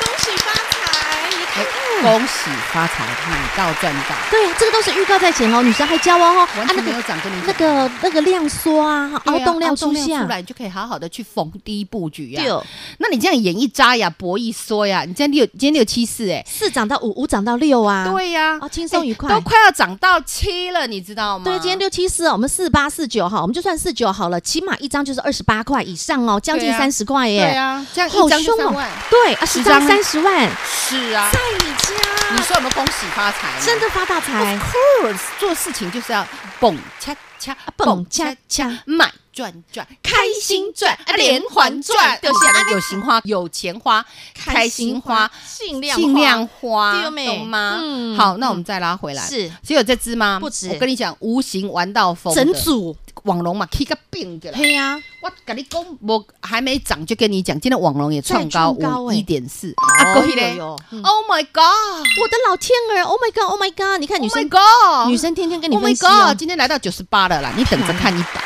Speaker 1: 恭喜发财！你看
Speaker 2: 哎恭喜发财，买到赚到。
Speaker 1: 对啊，这个都是预告在前哦，女生还教哦，哦
Speaker 2: 完
Speaker 1: 啊那
Speaker 2: 全没
Speaker 1: 个
Speaker 2: 有涨跟你
Speaker 1: 那个那个量缩啊，
Speaker 2: 对
Speaker 1: 凹
Speaker 2: 啊
Speaker 1: 洞量
Speaker 2: 凹
Speaker 1: 出
Speaker 2: 洞
Speaker 1: 现
Speaker 2: 出，来，你啊就可以好好的去逢低布局呀、
Speaker 1: 对哦，
Speaker 2: 那你这样眼一眨呀，博一缩呀，你这样六今天六七四哎、
Speaker 1: 四涨到五，五涨到六啊，
Speaker 2: 对呀、哎
Speaker 1: 啊，轻松愉快
Speaker 2: 都。快要涨到七了，你知道吗？
Speaker 1: 对，今天六七四，我们四八四九哈，我们就算四九好了，起码一张就是二十八块以上哦，将近
Speaker 2: 对啊
Speaker 1: 三十块
Speaker 2: 对
Speaker 1: 耶。
Speaker 2: 呀、这样
Speaker 1: 好
Speaker 2: 一张就
Speaker 1: 凶哦
Speaker 2: 三万，
Speaker 1: 对啊，十张
Speaker 2: 十张
Speaker 1: 三十万，
Speaker 2: 是啊，
Speaker 1: 在你家，
Speaker 2: 你说有没有恭喜发财呢？
Speaker 1: 真的发大财，
Speaker 2: ，Of course，做事情就是要蹦恰恰，
Speaker 1: 蹦恰恰，
Speaker 2: 买赚赚，开心赚，啊
Speaker 1: 啊
Speaker 2: 连环赚，
Speaker 1: 就
Speaker 2: 就是是
Speaker 1: 啊
Speaker 2: 有钱花，有钱花，开心花，，
Speaker 1: 尽量
Speaker 2: 尽量
Speaker 1: 花
Speaker 2: 花，
Speaker 1: 对没
Speaker 2: 懂吗？
Speaker 1: 嗯
Speaker 2: 好，那我们再拉回来，
Speaker 1: 是
Speaker 2: 只有这只吗？
Speaker 1: 不止
Speaker 2: 我跟你讲，无形玩到疯的，
Speaker 1: 整组，
Speaker 2: 网龙嘛，K 个病的啦。
Speaker 1: 嘿呀，
Speaker 2: 我跟你讲，我还没涨就跟你讲，今天网龙也创高
Speaker 1: 再创高
Speaker 2: 五
Speaker 1: 欸
Speaker 2: 一点四，啊，
Speaker 1: 哦
Speaker 2: 过去嘞
Speaker 1: 有有嗯
Speaker 2: ，Oh my God，Oh
Speaker 1: 我的老天儿，Oh my God，Oh my God，你看女
Speaker 2: Oh my
Speaker 1: 生
Speaker 2: God，
Speaker 1: 女生天天跟你
Speaker 2: Oh
Speaker 1: 分
Speaker 2: my
Speaker 1: 析哦嗯
Speaker 2: god！，今天来到九十八了啦，你等着看一百，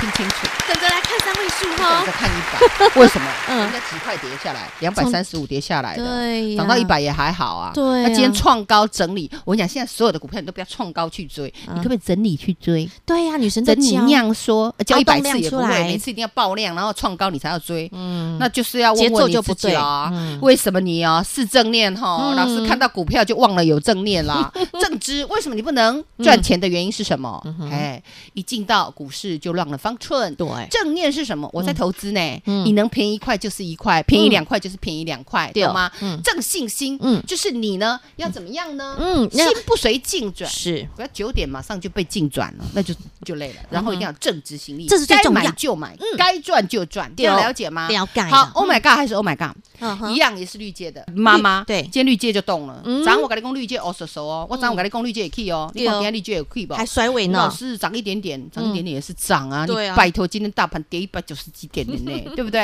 Speaker 2: 听清楚，
Speaker 1: 等着来看三位数
Speaker 2: 等着。看一百。为什么？
Speaker 1: 嗯
Speaker 2: 人家几块跌下来，两百三十五跌下来的，
Speaker 1: 对呀，
Speaker 2: 涨到一百也还好啊。
Speaker 1: 对呀
Speaker 2: 那今天创高整理，我跟你讲，现在所有的股票你都不要创高去追，
Speaker 1: 嗯
Speaker 2: 你可不可以整理去追？
Speaker 1: 对呀，女生在
Speaker 2: 整理
Speaker 1: 教，
Speaker 2: 量缩，呃交一
Speaker 1: 凹
Speaker 2: 百
Speaker 1: 洞
Speaker 2: 次
Speaker 1: 量
Speaker 2: 也
Speaker 1: 出
Speaker 2: 不会，
Speaker 1: 来
Speaker 2: 每次一定要爆量，然后创高你才要追。
Speaker 1: 嗯，
Speaker 2: 那就是要问
Speaker 1: 节奏
Speaker 2: 问你
Speaker 1: 就
Speaker 2: 自
Speaker 1: 不
Speaker 2: 己
Speaker 1: 对
Speaker 2: 啦
Speaker 1: 嗯。
Speaker 2: 为什么你啊是正念哈？
Speaker 1: 嗯
Speaker 2: 老师看到股票就忘了有正念啦， 正知为什么你不能
Speaker 1: 嗯
Speaker 2: 赚钱的原因是什么？哎，一进到股市就乱了方寸。
Speaker 1: 对
Speaker 2: 正念是什么？我在投资呢，
Speaker 1: 嗯
Speaker 2: 你能便宜一块就是一块，便宜
Speaker 1: 嗯
Speaker 2: 两块就是便宜两块，
Speaker 1: 对
Speaker 2: 懂吗
Speaker 1: 嗯？
Speaker 2: 正信心，
Speaker 1: 嗯
Speaker 2: 就是你呢要怎么样呢？
Speaker 1: 嗯
Speaker 2: 心
Speaker 1: 那
Speaker 2: 不随境转。
Speaker 1: 是
Speaker 2: 不要九点马上就被净转 了，那就就累了。然后一定要正执行力，
Speaker 1: 嗯这是最重要嗯
Speaker 2: 该买就买，该赚就赚，这
Speaker 1: 对哦
Speaker 2: 样了解吗？
Speaker 1: 了解了
Speaker 2: 好，Oh my God，还是 Oh my God，
Speaker 1: 嗯哼
Speaker 2: 一样也是绿界的妈妈。
Speaker 1: 对
Speaker 2: 今天绿界就动了。
Speaker 1: 嗯
Speaker 2: 早上我跟你讲绿界哦，熟熟哦，我早上我跟你讲绿界也 key 哦，你
Speaker 1: 对哦
Speaker 2: 看今天绿界也 key 吧
Speaker 1: 还。甩尾
Speaker 2: 老
Speaker 1: 呢，
Speaker 2: 师涨一点点，涨一点点也是涨啊！你
Speaker 1: 对啊嗯
Speaker 2: 拜托，今天大盘跌一百九十几点的 呢，对不对？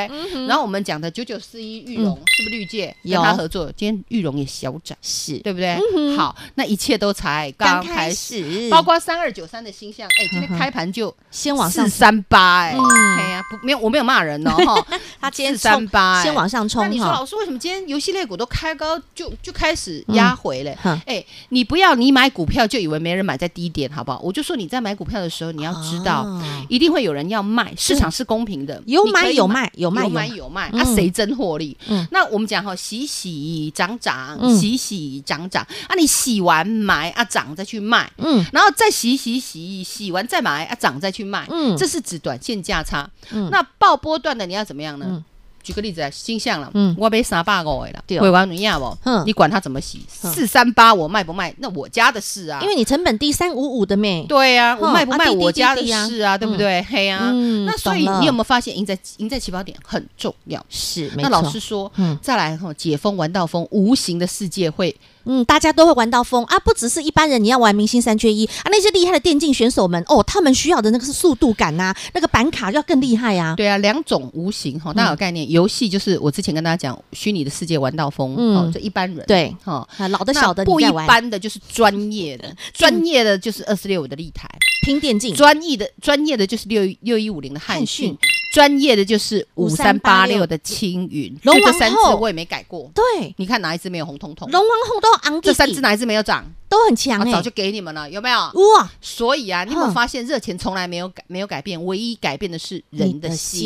Speaker 2: 然后我们讲的九九四一玉龙是不是绿界跟
Speaker 1: 有嗯
Speaker 2: 他合作？今天玉龙也小涨，
Speaker 1: 是
Speaker 2: 对不对？好，那一切都才刚开始。
Speaker 1: 始
Speaker 2: 包括三二九三的星象，哎、今天开盘就
Speaker 1: 嗯先往上
Speaker 2: 四，三八，哎，
Speaker 1: 嗯
Speaker 2: 哎呀，不，没有，我没有骂 人哦，哈，
Speaker 1: 他今天
Speaker 2: 三
Speaker 1: 冲，
Speaker 2: 八，哎
Speaker 1: 先往上
Speaker 2: 那
Speaker 1: 冲
Speaker 2: 你说
Speaker 1: 哈，
Speaker 2: 老师为什么今天游戏类股都开高就就开始压回了？
Speaker 1: 嗯哼
Speaker 2: 哎、你不要你买股票就以为没人买在低点，好不好？我就说你在买股票的时候，你要知道、
Speaker 1: 啊
Speaker 2: 一定会有人要卖，市场是公平的，
Speaker 1: 有
Speaker 2: 你可
Speaker 1: 买
Speaker 2: 以
Speaker 1: 有卖，有
Speaker 2: 有
Speaker 1: 卖有
Speaker 2: 买
Speaker 1: 卖，
Speaker 2: 有卖，
Speaker 1: 嗯
Speaker 2: 那谁真获利
Speaker 1: 嗯？
Speaker 2: 那我们讲哈，洗洗涨涨，
Speaker 1: 嗯
Speaker 2: 洗洗涨涨啊，你洗完买啊涨再去卖，
Speaker 1: 嗯
Speaker 2: 然后再洗洗洗，洗完再买啊涨再去卖，
Speaker 1: 嗯
Speaker 2: 这是指短线价差。
Speaker 1: 嗯
Speaker 2: 那爆波段的你要怎么样呢
Speaker 1: 嗯？
Speaker 2: 举个例子来，啊星象了，
Speaker 1: 嗯
Speaker 2: 我买三百五的啦，
Speaker 1: 对哦
Speaker 2: 会玩你亚不
Speaker 1: 嗯？
Speaker 2: 你管它怎么洗，
Speaker 1: 嗯
Speaker 2: 四三八我卖不卖，那我家的事啊。
Speaker 1: 因为你成本低三五五的妹，
Speaker 2: 对呀、我
Speaker 1: 哼
Speaker 2: 卖不
Speaker 1: 啊
Speaker 2: 卖
Speaker 1: 滴滴
Speaker 2: 我家的
Speaker 1: 滴滴啊
Speaker 2: 事啊，对不对？嘿呀、
Speaker 1: 嗯
Speaker 2: 那所以
Speaker 1: 懂了
Speaker 2: 你有没有发现，赢在赢在起跑点很重要？
Speaker 1: 是没
Speaker 2: 那老
Speaker 1: 错
Speaker 2: 师，说，
Speaker 1: 嗯
Speaker 2: 再来哈，解封玩到疯，无形的世界会
Speaker 1: 嗯，大家都会玩到疯啊，不只是一般人，你要玩明星三缺一啊，那些厉害的电竞选手们哦，他们需要的那个是速度感呐、那个板卡要更厉害呀、
Speaker 2: 对啊，两种无形
Speaker 1: 嗯
Speaker 2: 哈，大家有概念。游戏就是我之前跟大家讲，虚拟的世界玩到疯，
Speaker 1: 嗯
Speaker 2: 哦，这一般人
Speaker 1: 对
Speaker 2: 哈。
Speaker 1: 啊，老的小的
Speaker 2: 那不
Speaker 1: 你
Speaker 2: 一
Speaker 1: 在玩，
Speaker 2: 般的就是专业的，专业的就是二四六五的立台，
Speaker 1: 拼电竞，
Speaker 2: 专业的专业的就是六六一五零的
Speaker 1: 嗯
Speaker 2: 汉
Speaker 1: 汉
Speaker 2: 讯
Speaker 1: 讯，
Speaker 2: 专业的就是五三八六
Speaker 1: 5386
Speaker 2: 的青云，
Speaker 1: 龙
Speaker 2: 就这
Speaker 1: 王
Speaker 2: 三只
Speaker 1: 后
Speaker 2: 我也没改过。
Speaker 1: 对，
Speaker 2: 你看哪一只没有红彤彤？
Speaker 1: 龙王红都昂弟
Speaker 2: 这三只
Speaker 1: 弟
Speaker 2: 哪一只没有涨？
Speaker 1: 都很强
Speaker 2: 啊，
Speaker 1: 哎、
Speaker 2: 早就给你们了，有没有？
Speaker 1: 哇，
Speaker 2: 所以啊，你有没有
Speaker 1: 哼
Speaker 2: 发现热钱从来没有改，没有改变，唯一改变的是人
Speaker 1: 你
Speaker 2: 的
Speaker 1: 的
Speaker 2: 心。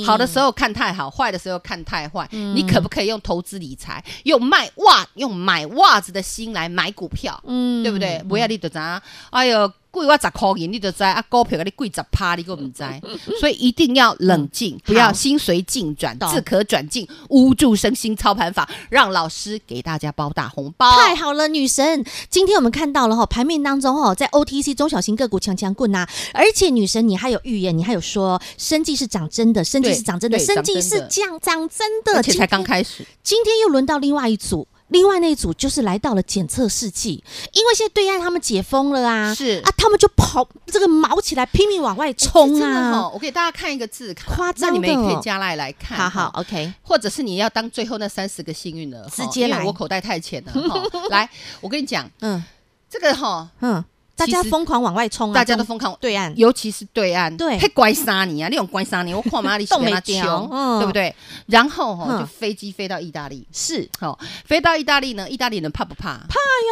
Speaker 1: 心
Speaker 2: 好的时候看太好，坏的时候看太坏。你可不可以用投资理财，用卖袜、用买袜子的心来买股票，
Speaker 1: 嗯
Speaker 2: 对不对？不要你就知道，哎呦，贵我十块银，你就知道啊，股票给你贵十趴，你个唔 知。所以一定要冷静，不要心随境转，
Speaker 1: 懂
Speaker 2: 自可转进，捂住身心操盘法，让老师给大家包大红包。
Speaker 1: 太好了，女神！今天我们看到了哈、盘面当中哈、在 OTC 中小型个股强强棍呐、而且女神你还有预言，你还有说生计是涨真的，生计
Speaker 2: 对
Speaker 1: 是涨真的，
Speaker 2: 对
Speaker 1: 生计
Speaker 2: 涨真
Speaker 1: 是
Speaker 2: 的
Speaker 1: 降涨真的，
Speaker 2: 而且才
Speaker 1: 今天
Speaker 2: 刚开始，
Speaker 1: 今天又轮到另外一组。另外那一组就是来到了检测试剂，因为现在对岸他们解封了啊，
Speaker 2: 是
Speaker 1: 啊，他们就跑这个毛起来拼命往外
Speaker 2: 哎
Speaker 1: 冲
Speaker 2: 这真的
Speaker 1: 啊，
Speaker 2: 哦，我给大家看一个字卡，
Speaker 1: 夸张的
Speaker 2: 那你们也可以加来来看，
Speaker 1: 好好
Speaker 2: 哦。
Speaker 1: ，OK，
Speaker 2: 或者是你要当最后那三十个幸运儿，
Speaker 1: 直
Speaker 2: 哈
Speaker 1: 接
Speaker 2: 因为
Speaker 1: 来
Speaker 2: 我口袋太 浅了哈。来，我跟你讲，
Speaker 1: 嗯
Speaker 2: 这个哈，
Speaker 1: 嗯，大家
Speaker 2: 其实
Speaker 1: 疯狂往外冲啊，
Speaker 2: 大家都
Speaker 1: 中
Speaker 2: 疯狂，
Speaker 1: 对岸，
Speaker 2: 尤其是对岸，
Speaker 1: 对
Speaker 2: 嘿乖杀你啊，那种乖杀你，我 看嘛你是
Speaker 1: 冻
Speaker 2: 跟他
Speaker 1: 未掉
Speaker 2: 穷，
Speaker 1: 嗯
Speaker 2: 对不对？然后哈，
Speaker 1: 嗯
Speaker 2: 就飞机飞到意大利，
Speaker 1: 是
Speaker 2: 好，飞到意大利呢，意大利人怕不怕？怕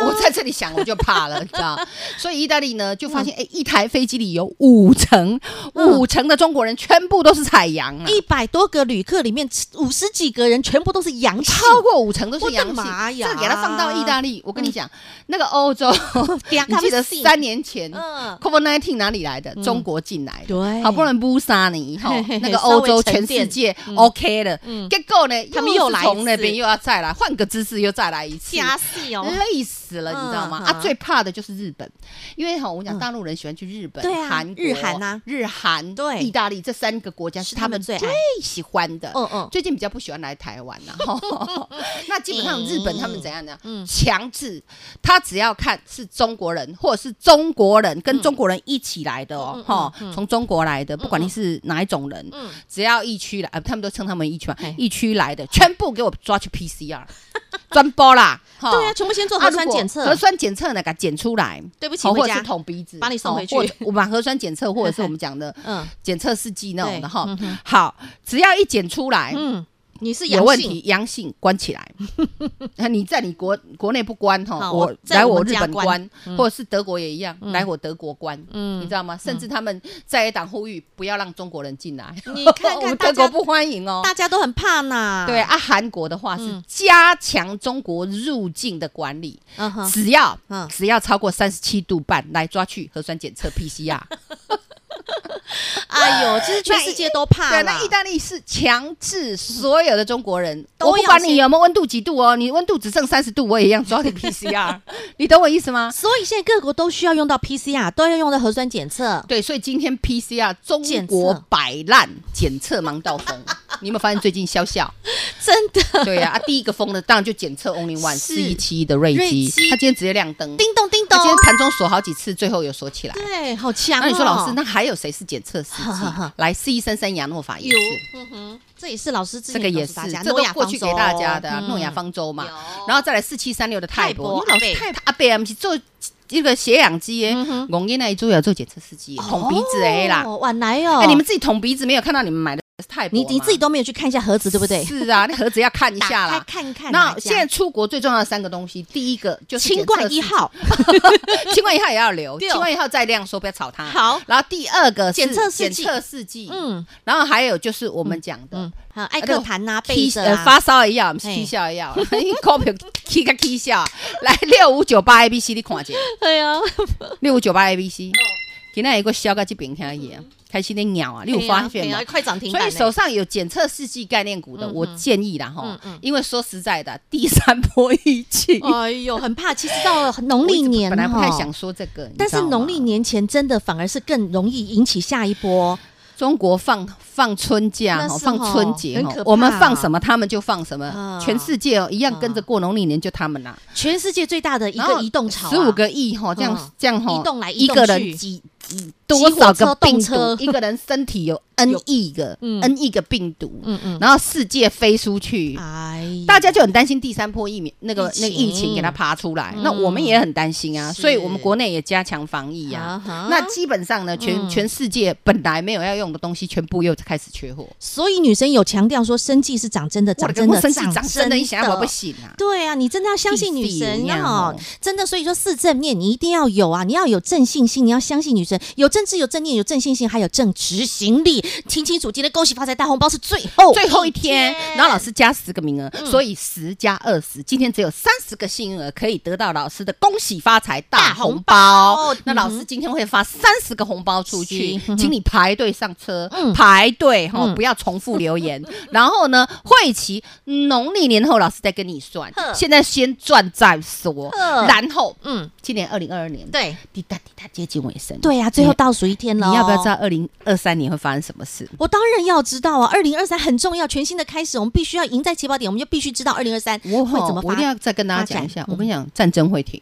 Speaker 2: 呀！我在这里想，我就怕 了，你知道？所以意大利呢，就
Speaker 1: 嗯
Speaker 2: 发现哎，一台飞机里有五成五成的中国人全部都是采阳啊，
Speaker 1: 一百多个旅客里面五十几个人全部都是阳性，
Speaker 2: 超过五成都是阳
Speaker 1: 我
Speaker 2: 性
Speaker 1: 的妈，呀嗯
Speaker 2: 这个给它放到意大利，我跟你讲，那个 欧洲，你记得
Speaker 1: 死
Speaker 2: 三年前
Speaker 1: 嗯
Speaker 2: COVID nineteen 哪里来的？中国进来的，
Speaker 1: 对
Speaker 2: 好不容易布杀 你哈
Speaker 1: 嘿嘿嘿，
Speaker 2: 那个欧
Speaker 1: 稍微
Speaker 2: 洲
Speaker 1: 沉
Speaker 2: 全
Speaker 1: 淀嗯
Speaker 2: 世界 OK 了，结果呢，
Speaker 1: 他们又
Speaker 2: 是
Speaker 1: 来一
Speaker 2: 从那
Speaker 1: 次
Speaker 2: 边又要再来，换个姿势又再来一次，
Speaker 1: 加戏哦，
Speaker 2: 累死了，你知道吗？
Speaker 1: 嗯
Speaker 2: 啊，
Speaker 1: 嗯
Speaker 2: 最怕的就是日本，因为哈，我讲
Speaker 1: 嗯
Speaker 2: 大陆人喜欢去日本、
Speaker 1: 对啊
Speaker 2: 韩国、
Speaker 1: 日韩啊
Speaker 2: 日韩、
Speaker 1: 对
Speaker 2: 意大利这三个国家是
Speaker 1: 是
Speaker 2: 他
Speaker 1: 他
Speaker 2: 们
Speaker 1: 们
Speaker 2: 最
Speaker 1: 最爱
Speaker 2: 喜欢的。
Speaker 1: 嗯嗯，
Speaker 2: 最近比较不喜欢来台湾啦、哈 那基本上日本他们怎样呢？
Speaker 1: 嗯
Speaker 2: 强制他只要看是中国人，或者是中国人跟中国人一起来的
Speaker 1: 嗯
Speaker 2: 哦，哈、从中国来的，不管你是哪一种人，只要疫区来，呃，他们都称他们疫区嘛
Speaker 1: 嘿，
Speaker 2: 疫区来的全部给我抓 去 PCR，专播啦，哈
Speaker 1: 对啊，全部先做核酸检测
Speaker 2: 哦啊如果核，酸检测呢，给它检出来，
Speaker 1: 对不起
Speaker 2: 好，
Speaker 1: 回
Speaker 2: 或者
Speaker 1: 家
Speaker 2: 是捅鼻子，
Speaker 1: 把你送回去
Speaker 2: 哦或者我把核酸检测，或者是我们讲 的
Speaker 1: 嗯
Speaker 2: 检测试剂那种的
Speaker 1: 对
Speaker 2: 哈。好，只要一检出来
Speaker 1: 嗯，你是
Speaker 2: 有
Speaker 1: 阳
Speaker 2: 问题
Speaker 1: 性，，
Speaker 2: 阳性关起来。 啊你在你国国内不关哈，
Speaker 1: 好
Speaker 2: 我
Speaker 1: 我在
Speaker 2: 来
Speaker 1: 我
Speaker 2: 我
Speaker 1: 们
Speaker 2: 日
Speaker 1: 家
Speaker 2: 本
Speaker 1: 关
Speaker 2: 关，嗯或者是德国也一样，来我德国关，你
Speaker 1: 嗯
Speaker 2: 知道吗？甚至他们在野党呼吁不要让中国人进来，
Speaker 1: 你看
Speaker 2: 我们
Speaker 1: 看大
Speaker 2: 德国
Speaker 1: 家
Speaker 2: 不欢迎哦。
Speaker 1: 大家都很怕呐，
Speaker 2: 对，啊，韩国的话是
Speaker 1: 嗯
Speaker 2: 加强中国入境的管理，
Speaker 1: 嗯哼，
Speaker 2: 只要、
Speaker 1: 嗯
Speaker 2: 只要超过三十七度半来抓去核酸检测 PCR，
Speaker 1: 哎呦，其实全世界都怕
Speaker 2: 对，
Speaker 1: 啦，
Speaker 2: 那意大利是强制所有的中国人，
Speaker 1: 都要
Speaker 2: 我不管你
Speaker 1: 先
Speaker 2: 有没有温度几度哦，你温度只剩三十度，我也一样抓你 PCR，你懂我意思吗？
Speaker 1: 所以现在各国都需要用到 PCR，都要用到核酸检测，
Speaker 2: 对，所以今天 PCR 中
Speaker 1: 检
Speaker 2: 国
Speaker 1: 测
Speaker 2: 摆烂检测盲 道风，你有没有发现最近笑笑？
Speaker 1: 真的，
Speaker 2: 对呀、啊，第一个封的当然就检测 Only One
Speaker 1: 是
Speaker 2: 四一七的瑞
Speaker 1: 瑞
Speaker 2: 基，
Speaker 1: 基
Speaker 2: 他今天直接亮灯，
Speaker 1: 叮咚叮
Speaker 2: 他
Speaker 1: 咚
Speaker 2: 今，天盘中锁好几次，最后有锁起来。
Speaker 1: 对，好强哦。
Speaker 2: 啊那你说老师，那还有谁是检测司机
Speaker 1: 哈哈哈？
Speaker 2: 来，四一三三亚诺法也
Speaker 1: 有
Speaker 2: 是，，
Speaker 1: 嗯哼，这也是老师之
Speaker 2: 这
Speaker 1: 前
Speaker 2: 个也是
Speaker 1: 告诉大家，
Speaker 2: 这
Speaker 1: 诺
Speaker 2: 都
Speaker 1: 亚
Speaker 2: 过去
Speaker 1: 方
Speaker 2: 给
Speaker 1: 舟
Speaker 2: 大家的啊
Speaker 1: 嗯
Speaker 2: 诺亚方舟嘛
Speaker 1: 有。
Speaker 2: 然后再来四七三六的泰博，
Speaker 1: 泰伯
Speaker 2: 因为老师泰阿伯啊，不是做一个血氧机耶，我爷那一桌有做检测司机，捅鼻子哎啦。
Speaker 1: 嗯哦晚来哦，
Speaker 2: 哎，你们自己捅鼻子没有看到你们买的泰博
Speaker 1: 你
Speaker 2: 吗？
Speaker 1: 你自己都没有去看一下盒子，对不对？
Speaker 2: 是啊，那盒子要看一
Speaker 1: 打
Speaker 2: 下
Speaker 1: 开
Speaker 2: 啦。
Speaker 1: 看看哪
Speaker 2: 那
Speaker 1: 家。
Speaker 2: 现在出国最重要的三个东西，第一个就是
Speaker 1: 清冠一
Speaker 2: 号。
Speaker 1: 号，
Speaker 2: 清冠一号也要留，
Speaker 1: 对哦
Speaker 2: 清冠一号再亮说不要炒它。
Speaker 1: 好
Speaker 2: 然后第二个是
Speaker 1: 检测试
Speaker 2: 检
Speaker 1: 剂
Speaker 2: 测试剂，嗯
Speaker 1: 嗯，
Speaker 2: 然后还有就是我们讲的
Speaker 1: 嗯，还有艾克痰呐、贝
Speaker 2: 踢
Speaker 1: 子
Speaker 2: 呃
Speaker 1: 啊，
Speaker 2: 发烧也要，不是
Speaker 1: 嘿
Speaker 2: 踢笑也要， 你股票踢个踢笑，来六五九八 A B C 你看一下，
Speaker 1: 对呀，
Speaker 2: 六五九八 A B C，今天有个笑到这边听伊开始在鸟啊，你有发现
Speaker 1: 对
Speaker 2: 吗
Speaker 1: 嗯啊？快涨停
Speaker 2: 所
Speaker 1: 板
Speaker 2: 以
Speaker 1: 了，
Speaker 2: 手上有检测试剂概念股的，
Speaker 1: 嗯
Speaker 2: 我建议啦哈
Speaker 1: 嗯嗯，
Speaker 2: 因为说实在的，第三波疫情，
Speaker 1: 哎呦，很怕。其实到了农
Speaker 2: 我一
Speaker 1: 历
Speaker 2: 直
Speaker 1: 年，
Speaker 2: 本来不太
Speaker 1: 哈
Speaker 2: 想说这个，你
Speaker 1: 但
Speaker 2: 知
Speaker 1: 是
Speaker 2: 道吗
Speaker 1: 农历年前真的反而是更容易引起下一波，
Speaker 2: 中国放放春假
Speaker 1: 那
Speaker 2: 哦，
Speaker 1: 是
Speaker 2: 放
Speaker 1: 哦
Speaker 2: 春节
Speaker 1: 很
Speaker 2: 哦
Speaker 1: 可，怕
Speaker 2: 我们放什么他们就放什么
Speaker 1: 啊，
Speaker 2: 全世界哦一样跟着过农历年就他们啦。
Speaker 1: 全世界最大的一
Speaker 2: 然后
Speaker 1: 个移动潮、啊，
Speaker 2: 十五个亿哈，这样
Speaker 1: 嗯
Speaker 2: 这样哈
Speaker 1: 移，动来移
Speaker 2: 一
Speaker 1: 动
Speaker 2: 个人
Speaker 1: 去，
Speaker 2: 几几多少
Speaker 1: 挤火车
Speaker 2: 个病
Speaker 1: 动
Speaker 2: 毒
Speaker 1: 车？
Speaker 2: 一个人身体有 n 亿个
Speaker 1: 嗯
Speaker 2: n 亿个病毒，
Speaker 1: 嗯嗯，
Speaker 2: 然后世界飞出去。
Speaker 1: 哎呀，
Speaker 2: 嗯大家就很担心第三波疫苗那个
Speaker 1: 疫情
Speaker 2: 那个疫情给它爬出来，
Speaker 1: 嗯
Speaker 2: 那我们也很担心啊，
Speaker 1: 是
Speaker 2: 所以我们国内也加强防疫啊。
Speaker 1: 啊哈
Speaker 2: 那基本上呢，全全世界本来没有要用的东西，全部又开始缺货。
Speaker 1: 所以女生有强调说生计是长真的，
Speaker 2: 我
Speaker 1: 长
Speaker 2: 的
Speaker 1: 真
Speaker 2: 公
Speaker 1: 的，
Speaker 2: 生气长真的，你想啊要我不行啊？
Speaker 1: 对啊，你真的要相信女神哦，真的。所以说四正面你一定要有啊，你要有正信心，你要相信女神，有正知、有正念、有正信心，还有正执行力。听清楚，今天恭喜发财大红包是最后
Speaker 2: 最后一天，然后老师加十个名
Speaker 1: 嗯
Speaker 2: 额，所以十加二十，今天只有三十个幸运儿可以得到老师的恭喜发财大红
Speaker 1: 大
Speaker 2: 包
Speaker 1: 红包。
Speaker 2: 那老师今天会发三十个红包出去
Speaker 1: 是，嗯哼
Speaker 2: 请你排队上车，
Speaker 1: 嗯
Speaker 2: 排队哈，
Speaker 1: 嗯
Speaker 2: 不要重复留言。 然后呢，会期农历年后老师再跟你算，
Speaker 1: 呵
Speaker 2: 现在先赚再说
Speaker 1: 呵，
Speaker 2: 然后
Speaker 1: 嗯，
Speaker 2: 今年二零二二年，
Speaker 1: 对
Speaker 2: 滴答滴答接近尾声，
Speaker 1: 对呀、啊最后倒数一天了、
Speaker 2: 你要不要知道？二零二三年会发生什么事？
Speaker 1: 我当然要知道啊！二零二三很重要，全新的开始，我们必须要赢在起跑点，我们就必须知道二零二三
Speaker 2: 我
Speaker 1: 会怎么
Speaker 2: 我
Speaker 1: 发
Speaker 2: 一定。要再跟大家讲一
Speaker 1: 发
Speaker 2: 下
Speaker 1: 展，嗯
Speaker 2: 我跟你讲，战争会停，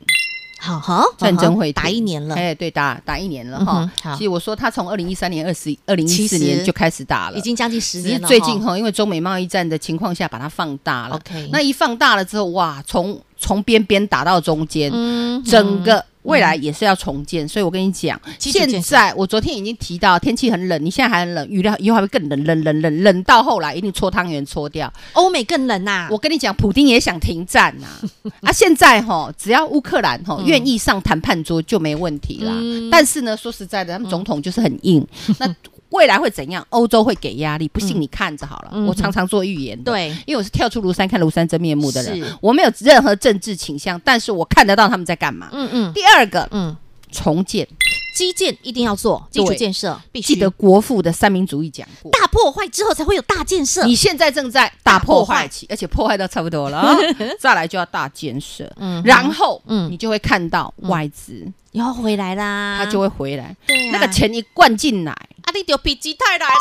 Speaker 1: 好好，
Speaker 2: 战
Speaker 1: 好
Speaker 2: 争
Speaker 1: 好
Speaker 2: 会停
Speaker 1: 打一年了，
Speaker 2: 哎，对，打打一年了
Speaker 1: 嗯哼
Speaker 2: 哈
Speaker 1: 好。
Speaker 2: 其实我说他从二零一三年、二十二零一
Speaker 1: 其
Speaker 2: 四
Speaker 1: 实
Speaker 2: 年就开始打了，
Speaker 1: 已经将近十
Speaker 2: 只
Speaker 1: 年
Speaker 2: 是
Speaker 1: 了哈。
Speaker 2: 最近哈，因为中美贸易战的情况下，把它放大了。
Speaker 1: OK
Speaker 2: 那一放大了之后，哇，从从边边打到中间，
Speaker 1: 嗯
Speaker 2: 整个未来也是要重建。所以我跟你讲，
Speaker 1: 基础建设
Speaker 2: 现在我昨天已经提到，天气很冷，你现在还很冷，预料以后还会更冷，冷冷冷冷到后来一定搓汤圆搓掉。
Speaker 1: 欧美更冷啊呐、
Speaker 2: 啊我跟你讲，普丁也想停战 呐、啊。现在哈，只要乌克兰
Speaker 1: 嗯
Speaker 2: 哈愿意上谈判桌就没问题啦。但是呢，说实在的，他们总统就是很硬。
Speaker 1: 嗯
Speaker 2: 那未来 会怎样？欧洲会给压力，不信你看着好了。我常常做预言的，
Speaker 1: 嗯对
Speaker 2: 因为我是跳出庐山看庐山真面目的人
Speaker 1: 是，
Speaker 2: 我没有任何政治倾向，但是我看得到他们在干嘛。
Speaker 1: 嗯嗯
Speaker 2: 第二个，
Speaker 1: 嗯，
Speaker 2: 重建，
Speaker 1: 基建一定要做，基础建设必须
Speaker 2: 记得国父的三民主义讲过。
Speaker 1: 大破坏之后才会有大建 设。
Speaker 2: 你现在正在大破坏期，而且破坏到差不 多了啊，再来就要大建设，
Speaker 1: 嗯
Speaker 2: 然后
Speaker 1: 嗯
Speaker 2: 你就会看到外资
Speaker 1: 以后回来啦，
Speaker 2: 它就会回来，
Speaker 1: 对啊
Speaker 2: 那个钱一灌进来，
Speaker 1: 啊，你就比吉泰来啦，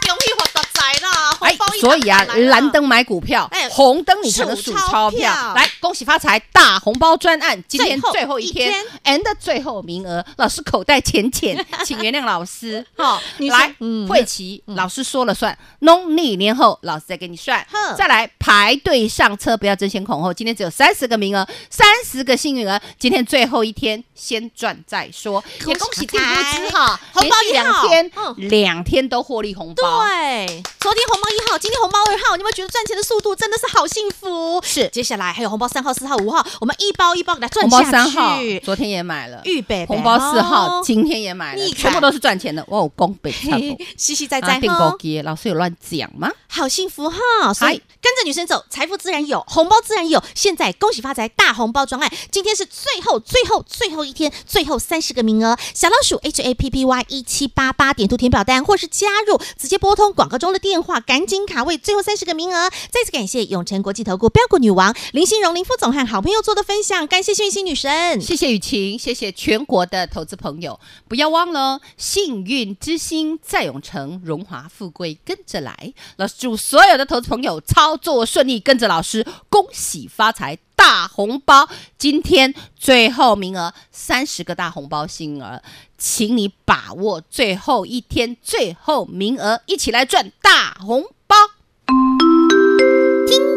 Speaker 1: 恭喜发大财啦，红包一
Speaker 2: 所以啊
Speaker 1: 打开，来啦
Speaker 2: 蓝灯买股票
Speaker 1: 哎，
Speaker 2: 红灯你才能
Speaker 1: 数
Speaker 2: 数钞
Speaker 1: 钞
Speaker 2: 票
Speaker 1: 票。
Speaker 2: 来，恭喜发财，大红包专案，今天
Speaker 1: 最后
Speaker 2: 最后一天，and 最后名额，老师口袋 浅浅，请原谅老师哈。
Speaker 1: 女
Speaker 2: 来
Speaker 1: 生嗯，
Speaker 2: 慧琪老师说了算，农历年后老师再给你算
Speaker 1: 哼。
Speaker 2: 再来排队上车，不要争先恐后。今天只有三十个名额，三十个幸运儿，今天最后一天，先赚再说。也恭喜地
Speaker 1: 恭喜发
Speaker 2: 夫
Speaker 1: 财
Speaker 2: 之哈，
Speaker 1: 红包
Speaker 2: 连
Speaker 1: 一
Speaker 2: 续
Speaker 1: 号
Speaker 2: 两
Speaker 1: 嗯
Speaker 2: 天，两天都获利红包。
Speaker 1: 对，啊昨天红包一号，今天红包二号，你有没有觉得赚钱的速度真的是好幸福？是，接下来还有红包三号、四号、五号，我们一包一包给它赚
Speaker 2: 红
Speaker 1: 下
Speaker 2: 包
Speaker 1: 去。
Speaker 2: 三号昨天也买了，
Speaker 1: 预备呗
Speaker 2: 红包四号
Speaker 1: 哦
Speaker 2: 今天也买了，
Speaker 1: 你看
Speaker 2: 全部都是赚钱的。我有公北差
Speaker 1: 嘿嘻嘻在哦在
Speaker 2: 定
Speaker 1: 哈
Speaker 2: 高，阶，老师有乱讲吗？
Speaker 1: 好幸福哈！所以
Speaker 2: 嗨
Speaker 1: 跟着女生走，财富自然有，红包自然有。现在恭喜发财，大红包专案，今天是最后、最后、最后一天，最后三十个名额。小老鼠 H A P P Y 一七八八点图填表单，或是加入直接拨通广告中的电话，赶紧卡位最后三十个名额。再次感谢永诚国际投顾标股女王林心荣林副总和好朋友做的分享，感谢幸运星女神。
Speaker 2: 谢谢雨晴，谢谢全国的投资朋友，不要忘了哦，幸运之星在永城，荣华富贵跟着来。老师祝所有的投资朋友操作顺利，跟着老师恭喜发财。大红包！今天最后名额三十个大红包星额，请你把握最后一天最后名额，一起来赚大红包！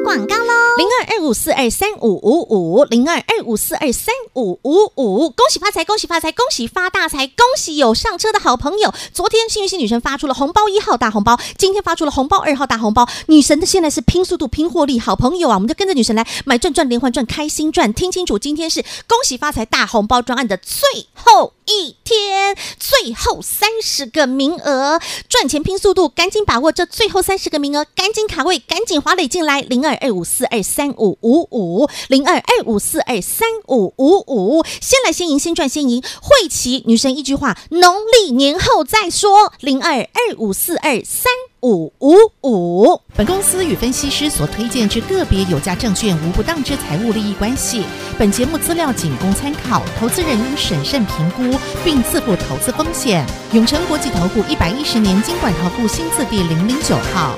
Speaker 1: 广告喽，零二二五四二三五五五，零二二五四二三五五五，恭喜发财，恭喜发财，恭喜发大财，恭喜有上车的好朋友。昨天幸运星女神发出了红包一号大红包，今天发出了红包二号大红包。女神的现在是拼速度、拼获利，好朋友啊，我们就跟着女神来买赚赚连环赚，开心赚。听清楚，今天是恭喜发财大红包专案的最后一天，最后三十个名额，赚钱拼速度，赶紧把握这最后三十个名额，赶紧卡位，赶紧划垒进来，零二二五四二三五五五，零二二五四二三五五五，先来先赢，先赚先赢。慧琪女神一句话，农历年后再说，零二二五四二三五五五。
Speaker 4: 本公司与分析师所推荐之个别有价证券无不当之财务利益关系。本节目资料仅供参考，投资人应审慎评估并自负投资风险。永诚国际投顾一百一十年经管投顾新字第零零九号。